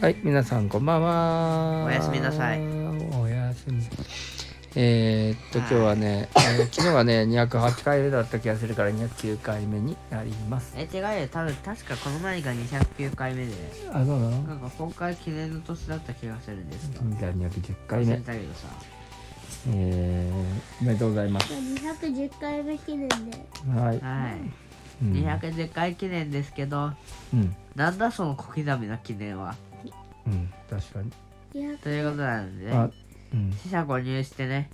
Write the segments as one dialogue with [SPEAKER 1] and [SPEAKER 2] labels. [SPEAKER 1] はい、皆さんこんばんは。
[SPEAKER 2] おやすみなさい。
[SPEAKER 1] おやすみ。えー、っと今日はね、えー昨日はね208回目だった気がするから209回目になります。
[SPEAKER 2] え、違うよ。多分、確かこの前が209回目で、
[SPEAKER 1] あ、そうなの？
[SPEAKER 2] なんか今回記念の年だった気がするんですが。
[SPEAKER 1] じゃあ210回
[SPEAKER 2] 忘
[SPEAKER 1] 目
[SPEAKER 2] れ。たけどさ。
[SPEAKER 1] えー、おめでとうございます。
[SPEAKER 3] 210回目記念で
[SPEAKER 1] はい。
[SPEAKER 2] はい。
[SPEAKER 1] うん
[SPEAKER 2] 210回記念ですけど、
[SPEAKER 1] うん、
[SPEAKER 2] なんだその小刻みな記念は。
[SPEAKER 1] うん、確かに。
[SPEAKER 3] 200
[SPEAKER 2] ということなので
[SPEAKER 1] あ
[SPEAKER 2] ね、、
[SPEAKER 1] うん。
[SPEAKER 2] 死者誤入してね、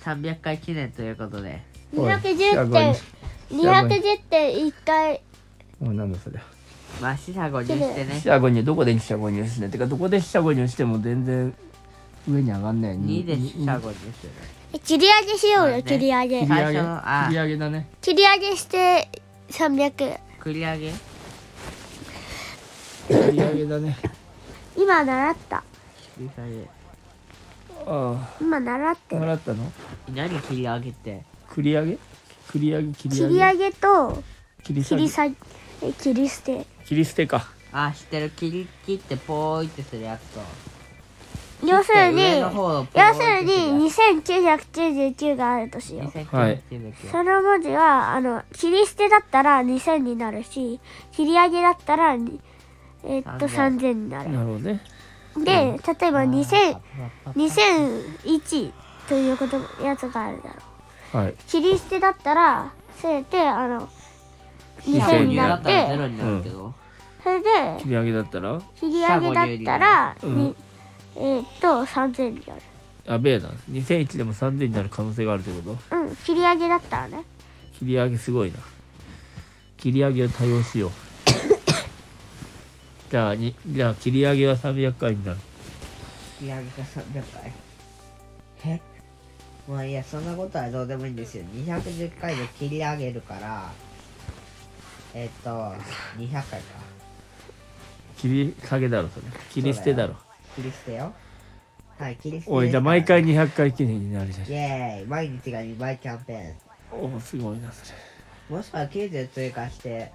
[SPEAKER 2] 300回記念ということで、
[SPEAKER 1] おい
[SPEAKER 3] 210点210点1回
[SPEAKER 1] もうなんだそれ。
[SPEAKER 2] まあ死者誤入してね
[SPEAKER 1] 四、捨五入どこで四捨五入してね。てかどこで四捨五入しても全然上に上がんない。
[SPEAKER 2] 2で死者誤入する。
[SPEAKER 3] え切り上げしよう
[SPEAKER 2] まあね
[SPEAKER 3] よ切り上げ
[SPEAKER 1] 切り上
[SPEAKER 2] 最
[SPEAKER 1] げ
[SPEAKER 2] 初のあ
[SPEAKER 1] 切り上げだね。
[SPEAKER 3] 切り上げして300
[SPEAKER 2] 繰り上げ
[SPEAKER 1] 切り上げだね。
[SPEAKER 3] 今習った
[SPEAKER 2] 繰り上げ。
[SPEAKER 1] あ
[SPEAKER 3] 今習っ
[SPEAKER 1] あ、
[SPEAKER 3] てる
[SPEAKER 1] 習ったの？
[SPEAKER 2] 何繰り上げって。
[SPEAKER 1] 繰り上げ？繰り上げ切り
[SPEAKER 3] 切
[SPEAKER 1] 上
[SPEAKER 3] り
[SPEAKER 1] げ
[SPEAKER 3] 上。げと
[SPEAKER 1] 切り
[SPEAKER 3] 切
[SPEAKER 1] 下
[SPEAKER 3] り
[SPEAKER 1] げ。
[SPEAKER 3] 下げえ切り捨て
[SPEAKER 1] 切り捨てか。
[SPEAKER 2] あ、知ってる。切り切ってポーイってするやつと。
[SPEAKER 3] 要するに
[SPEAKER 2] 上の方をポーン
[SPEAKER 3] 要
[SPEAKER 2] っ
[SPEAKER 3] す
[SPEAKER 2] て
[SPEAKER 3] る
[SPEAKER 2] するやつ
[SPEAKER 3] に2999があるとしよう
[SPEAKER 1] はい
[SPEAKER 3] その文字はあの切り捨てだったら2000になるし切り上げだったらにえっと
[SPEAKER 2] 3000
[SPEAKER 3] 3000になる
[SPEAKER 1] なるほどね。
[SPEAKER 3] で例えば2000 2001ということやつがあるだろう
[SPEAKER 1] はい。
[SPEAKER 3] 切り捨てだったらせいてあの
[SPEAKER 2] 2000
[SPEAKER 3] 2000
[SPEAKER 2] に
[SPEAKER 3] に
[SPEAKER 2] な
[SPEAKER 3] な
[SPEAKER 2] っ
[SPEAKER 3] ってて
[SPEAKER 2] 0になるけど、
[SPEAKER 3] それで
[SPEAKER 1] 切り上げだったら
[SPEAKER 3] 切り上げだったら
[SPEAKER 1] うん
[SPEAKER 3] にえっと3000になる
[SPEAKER 1] やべえな。2001でも3000になる可能性があるってこと。
[SPEAKER 3] うん切り上げだったらね
[SPEAKER 1] 切り上げすごいな。切り上げを多用しよう。 じゃあにじゃあ切り上げは300回になる。
[SPEAKER 2] 切り上げが300回えまあいいやそんなことはどうでもいいんですよ210回で切り上げるからえっと200回か
[SPEAKER 1] 切り下げだろそれ。切り捨てだろ。
[SPEAKER 2] 切り捨てよはい切り捨て
[SPEAKER 1] おいじゃあ毎回200回記念になるじゃん
[SPEAKER 2] イ。エーイ毎日が2倍キャンペー
[SPEAKER 1] おおすごいなそれ。
[SPEAKER 2] ンもしくは90追加して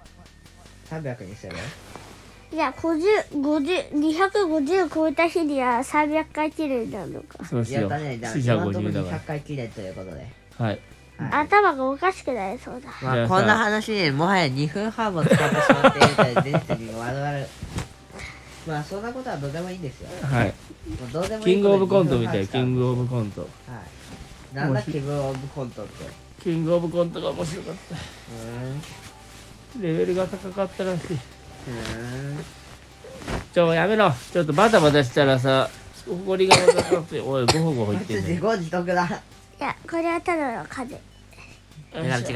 [SPEAKER 2] 300にする
[SPEAKER 3] じゃあ50500250超えた日には300回切れになるのか
[SPEAKER 1] そうし
[SPEAKER 2] や
[SPEAKER 1] よ
[SPEAKER 2] っ
[SPEAKER 1] う
[SPEAKER 2] たね。じゃあ
[SPEAKER 1] 死者
[SPEAKER 2] 今のとこ
[SPEAKER 1] 50だから
[SPEAKER 2] 200。回記念ということで
[SPEAKER 1] はい。
[SPEAKER 2] はい
[SPEAKER 3] 頭がおかしくなりそうだ
[SPEAKER 2] ま
[SPEAKER 1] じゃ
[SPEAKER 2] あ、
[SPEAKER 1] あ
[SPEAKER 2] こんな
[SPEAKER 1] さ
[SPEAKER 2] 話にもはや2分半も使ってしまっているというデジタルに我々まあそんなことはどうでもいいんですよ
[SPEAKER 1] はい。
[SPEAKER 2] もうどうでもい
[SPEAKER 1] キ
[SPEAKER 2] い
[SPEAKER 1] ングオブコントみ
[SPEAKER 2] み
[SPEAKER 1] たいキン
[SPEAKER 2] グ
[SPEAKER 1] グオブコント
[SPEAKER 2] はいなんだキングオブコントって
[SPEAKER 1] キングオブコントが面白かった
[SPEAKER 2] うーんう
[SPEAKER 1] レベルが高かったらし
[SPEAKER 2] ー
[SPEAKER 1] い
[SPEAKER 2] ん
[SPEAKER 1] ちょやめろちょっとバタバタしたらさ埃がまたかっておいゴホゴホ言っ
[SPEAKER 2] こい
[SPEAKER 1] て
[SPEAKER 2] つ
[SPEAKER 1] ん
[SPEAKER 2] 自
[SPEAKER 1] ね
[SPEAKER 2] 業自得だ
[SPEAKER 3] いやこれはただの風
[SPEAKER 2] 違う違う違う違う違う違うい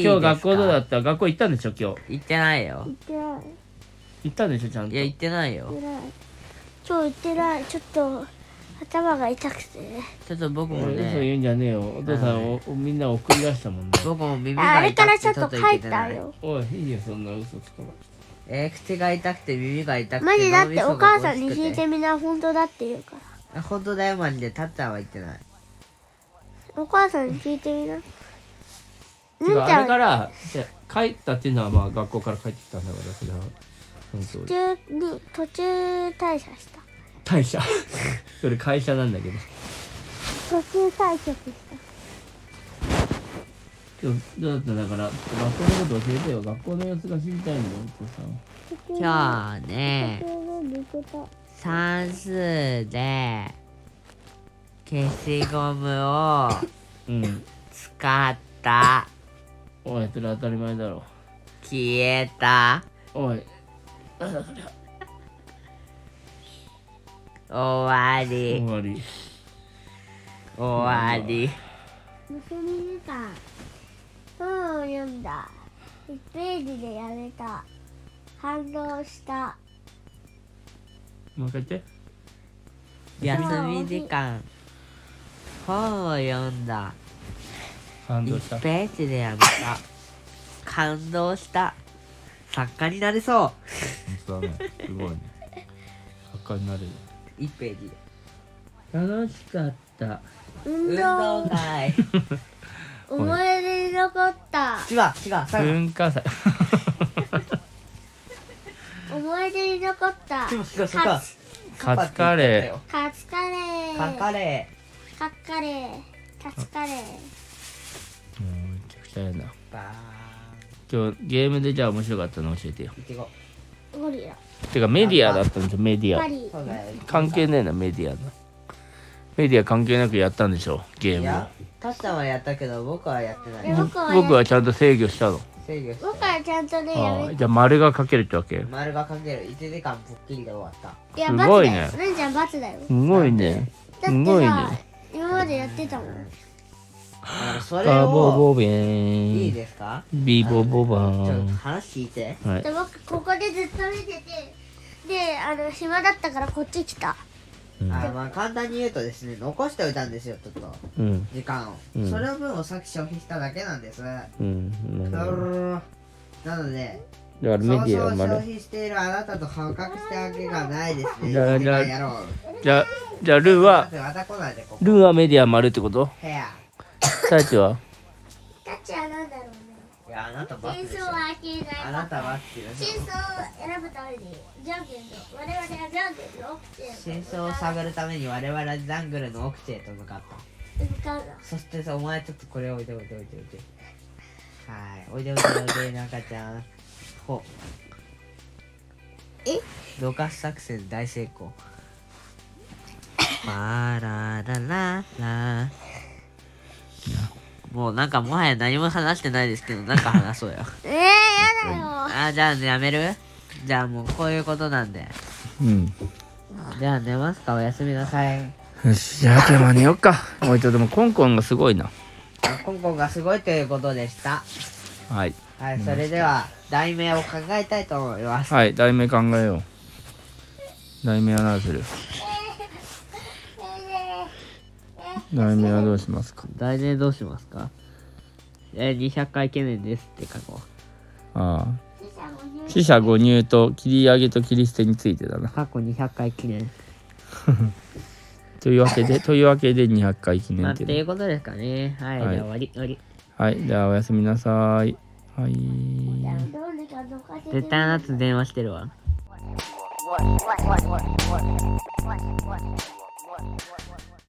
[SPEAKER 2] い
[SPEAKER 1] 今日学校どうだ
[SPEAKER 2] っ
[SPEAKER 1] った学校行ったんでしょ今日
[SPEAKER 2] 行ってないよ
[SPEAKER 3] 行ってない
[SPEAKER 1] 行ったんでしょちゃん
[SPEAKER 2] い
[SPEAKER 1] と
[SPEAKER 2] や行ってない
[SPEAKER 3] 行
[SPEAKER 2] よ
[SPEAKER 3] ってない今日行ってないちょっと頭が痛くてね
[SPEAKER 2] ちょっと僕も
[SPEAKER 1] 俺嘘
[SPEAKER 2] ね
[SPEAKER 1] 言うんじゃねえよお父さんをおみんな送り出したもんね
[SPEAKER 2] 僕も耳
[SPEAKER 3] あ
[SPEAKER 2] が
[SPEAKER 3] れ
[SPEAKER 2] 痛
[SPEAKER 3] から
[SPEAKER 2] く
[SPEAKER 3] ちょ
[SPEAKER 2] てち
[SPEAKER 3] っ
[SPEAKER 2] ょっ
[SPEAKER 3] と
[SPEAKER 2] と
[SPEAKER 3] 帰
[SPEAKER 2] 行け
[SPEAKER 3] ってた
[SPEAKER 2] ない
[SPEAKER 3] よ
[SPEAKER 1] おいいいよそんな嘘つかなくて
[SPEAKER 2] えー口が痛くて耳が痛くて
[SPEAKER 3] マジだって
[SPEAKER 2] 脳みそが
[SPEAKER 3] お母さんに
[SPEAKER 2] おかしく
[SPEAKER 3] 聞いてみな本当だって言うか
[SPEAKER 2] あ本当だよマジでたっちゃんは言ってない
[SPEAKER 3] らお母さんに聞いてみ
[SPEAKER 1] 違
[SPEAKER 3] な
[SPEAKER 1] う
[SPEAKER 3] うんち
[SPEAKER 1] あれ
[SPEAKER 3] ゃん
[SPEAKER 1] からいや帰ったっていうのはまあ学校から帰ってきたんだからそれは本当
[SPEAKER 3] 途中に途中退社した
[SPEAKER 1] 会社 それ会社なんだけど
[SPEAKER 3] 途中退職し
[SPEAKER 1] 今日どうだったんだから学校のこと教えてよ学校の様子が知りたいんだよお父さん
[SPEAKER 3] た途中
[SPEAKER 2] 今日ね
[SPEAKER 3] 途中で抜けた
[SPEAKER 2] 算数で消しゴムを
[SPEAKER 1] うん
[SPEAKER 2] 使った
[SPEAKER 1] おいそれ当たり前だろ
[SPEAKER 2] 消えた
[SPEAKER 1] おい
[SPEAKER 2] 終わ
[SPEAKER 1] 終
[SPEAKER 2] り
[SPEAKER 1] わり
[SPEAKER 2] 終わり
[SPEAKER 3] 結び時間本を読んだ1ページでやめた反応した
[SPEAKER 1] もう一回言って
[SPEAKER 2] 休み時間本を読んだ
[SPEAKER 1] 感動した
[SPEAKER 2] 1ページでやめた感動した作家になれそ
[SPEAKER 1] 当だねすごいね赤になれる
[SPEAKER 2] う1ページ
[SPEAKER 1] 楽しかった
[SPEAKER 3] 運
[SPEAKER 2] 運
[SPEAKER 3] 動
[SPEAKER 2] 動 会
[SPEAKER 3] 思い出に残った
[SPEAKER 2] 違う違う最後
[SPEAKER 1] 文化祭
[SPEAKER 3] 思い思い出に残った
[SPEAKER 2] でもそっかそっか
[SPEAKER 1] カツカレー
[SPEAKER 3] カツカレー
[SPEAKER 2] カツカレ
[SPEAKER 3] カツカレーカツカレー
[SPEAKER 1] うんめちゃくちゃやな
[SPEAKER 2] ーバ
[SPEAKER 1] 今日ゲームでじゃあ面白かったの教えてよ
[SPEAKER 2] ーンいちご
[SPEAKER 3] ゴリラ
[SPEAKER 1] てかメディアだったんですよメディ
[SPEAKER 3] パ
[SPEAKER 1] ア
[SPEAKER 3] リ
[SPEAKER 2] そうだよ
[SPEAKER 1] 関係ねえなメディアなメディア関係なくやったんでしょゲ
[SPEAKER 2] い
[SPEAKER 1] ーム
[SPEAKER 2] やタスさんはやったけど僕はやってな
[SPEAKER 3] え
[SPEAKER 2] い
[SPEAKER 1] を
[SPEAKER 3] 僕は
[SPEAKER 1] 僕はちゃんと制御したの
[SPEAKER 2] 制御し
[SPEAKER 3] 僕
[SPEAKER 2] た
[SPEAKER 3] はちゃんとねや
[SPEAKER 1] ああ
[SPEAKER 3] め
[SPEAKER 1] じゃあ丸が書けるってわけす
[SPEAKER 2] 丸がかける1時間ぽっきりで終わった
[SPEAKER 3] いや
[SPEAKER 1] す
[SPEAKER 3] 罰
[SPEAKER 1] ごい
[SPEAKER 3] だ
[SPEAKER 1] ね
[SPEAKER 3] よルンちゃん罰だよだって
[SPEAKER 1] ごいね
[SPEAKER 3] さ、
[SPEAKER 1] すごいね
[SPEAKER 3] 今までやってたもん
[SPEAKER 2] だからそれ
[SPEAKER 1] バボ
[SPEAKER 2] を
[SPEAKER 1] ボベ
[SPEAKER 2] いい
[SPEAKER 1] ーン
[SPEAKER 2] ですか
[SPEAKER 1] ビボボバ
[SPEAKER 2] ちょっと
[SPEAKER 1] ーン
[SPEAKER 2] 話聞いて
[SPEAKER 1] はい
[SPEAKER 3] で僕ここでずっと見ててであの暇だったからこっち来た
[SPEAKER 1] うん
[SPEAKER 2] あまあ簡単に言うとですね残しておいたんですよちょっと
[SPEAKER 1] うん
[SPEAKER 2] 時間を、
[SPEAKER 1] うん
[SPEAKER 2] それの分をさっき消費しただけなんです、
[SPEAKER 1] うんな
[SPEAKER 2] な
[SPEAKER 1] るほど
[SPEAKER 2] ので
[SPEAKER 1] だから
[SPEAKER 2] そ
[SPEAKER 1] メ
[SPEAKER 2] もそも
[SPEAKER 1] ディア
[SPEAKER 2] 消
[SPEAKER 1] 丸
[SPEAKER 2] 費しているあなたと反覚したわけがないですね
[SPEAKER 1] じゃあ
[SPEAKER 2] 一時間やろう
[SPEAKER 1] じゃあじゃあルーは
[SPEAKER 2] 待ってまた来ないでここ
[SPEAKER 1] ルーはメディア丸ってこと
[SPEAKER 2] 部屋
[SPEAKER 1] さやちは
[SPEAKER 3] タッチは何だろうね
[SPEAKER 2] いやあなたバッ
[SPEAKER 3] 戦
[SPEAKER 2] クでし
[SPEAKER 3] 争
[SPEAKER 2] ょ
[SPEAKER 3] は消えない
[SPEAKER 2] あなたバックでし
[SPEAKER 3] 真
[SPEAKER 2] ょ
[SPEAKER 3] 相を選ぶためにジャングルの我々はジャングルのオプテ
[SPEAKER 2] 真相を探るために我々はジャングルの奥地へと向かった
[SPEAKER 3] 向かうの
[SPEAKER 2] そしてさお前ちょっとこれおいでおいでおいでおいではいおいでおいでおいで中ちゃんほ
[SPEAKER 3] え
[SPEAKER 2] どかす作戦大成功パララララもうなんかもはや何も話してないですけどなんか話そうよ
[SPEAKER 3] えー、やだよ
[SPEAKER 2] あじゃあねやめるじゃあもうこういうことなんで
[SPEAKER 1] うん
[SPEAKER 2] じゃあ寝ますかおやすみなさい
[SPEAKER 1] よしじゃあ今日も寝ようかおいちょっとでもコンコンがすごいな
[SPEAKER 2] あコンコンがすごいということでした
[SPEAKER 1] はい
[SPEAKER 2] はいそれでは題名を考えたいと思います
[SPEAKER 1] はい題名考えよう題名は何する題名はどうしますか
[SPEAKER 2] 来年どうしますかえー、200回記念ですって書こう。
[SPEAKER 1] ああ
[SPEAKER 3] 死者も言う
[SPEAKER 1] 死者誤入と切り上げと切り捨てについてだな
[SPEAKER 2] 過去200回記念。
[SPEAKER 1] というわけでというわけで200回記
[SPEAKER 2] まあ、
[SPEAKER 1] 念
[SPEAKER 2] っててい
[SPEAKER 1] ね
[SPEAKER 2] うことですかね。はい、
[SPEAKER 1] はい
[SPEAKER 2] じゃあ終わり、終わり。
[SPEAKER 1] はいじゃあおやすみなさいはい
[SPEAKER 3] どうにかどかせて
[SPEAKER 2] 絶対あなたと電話してるわ。
[SPEAKER 4] what, what, what, what, what, what, what, what, what, what.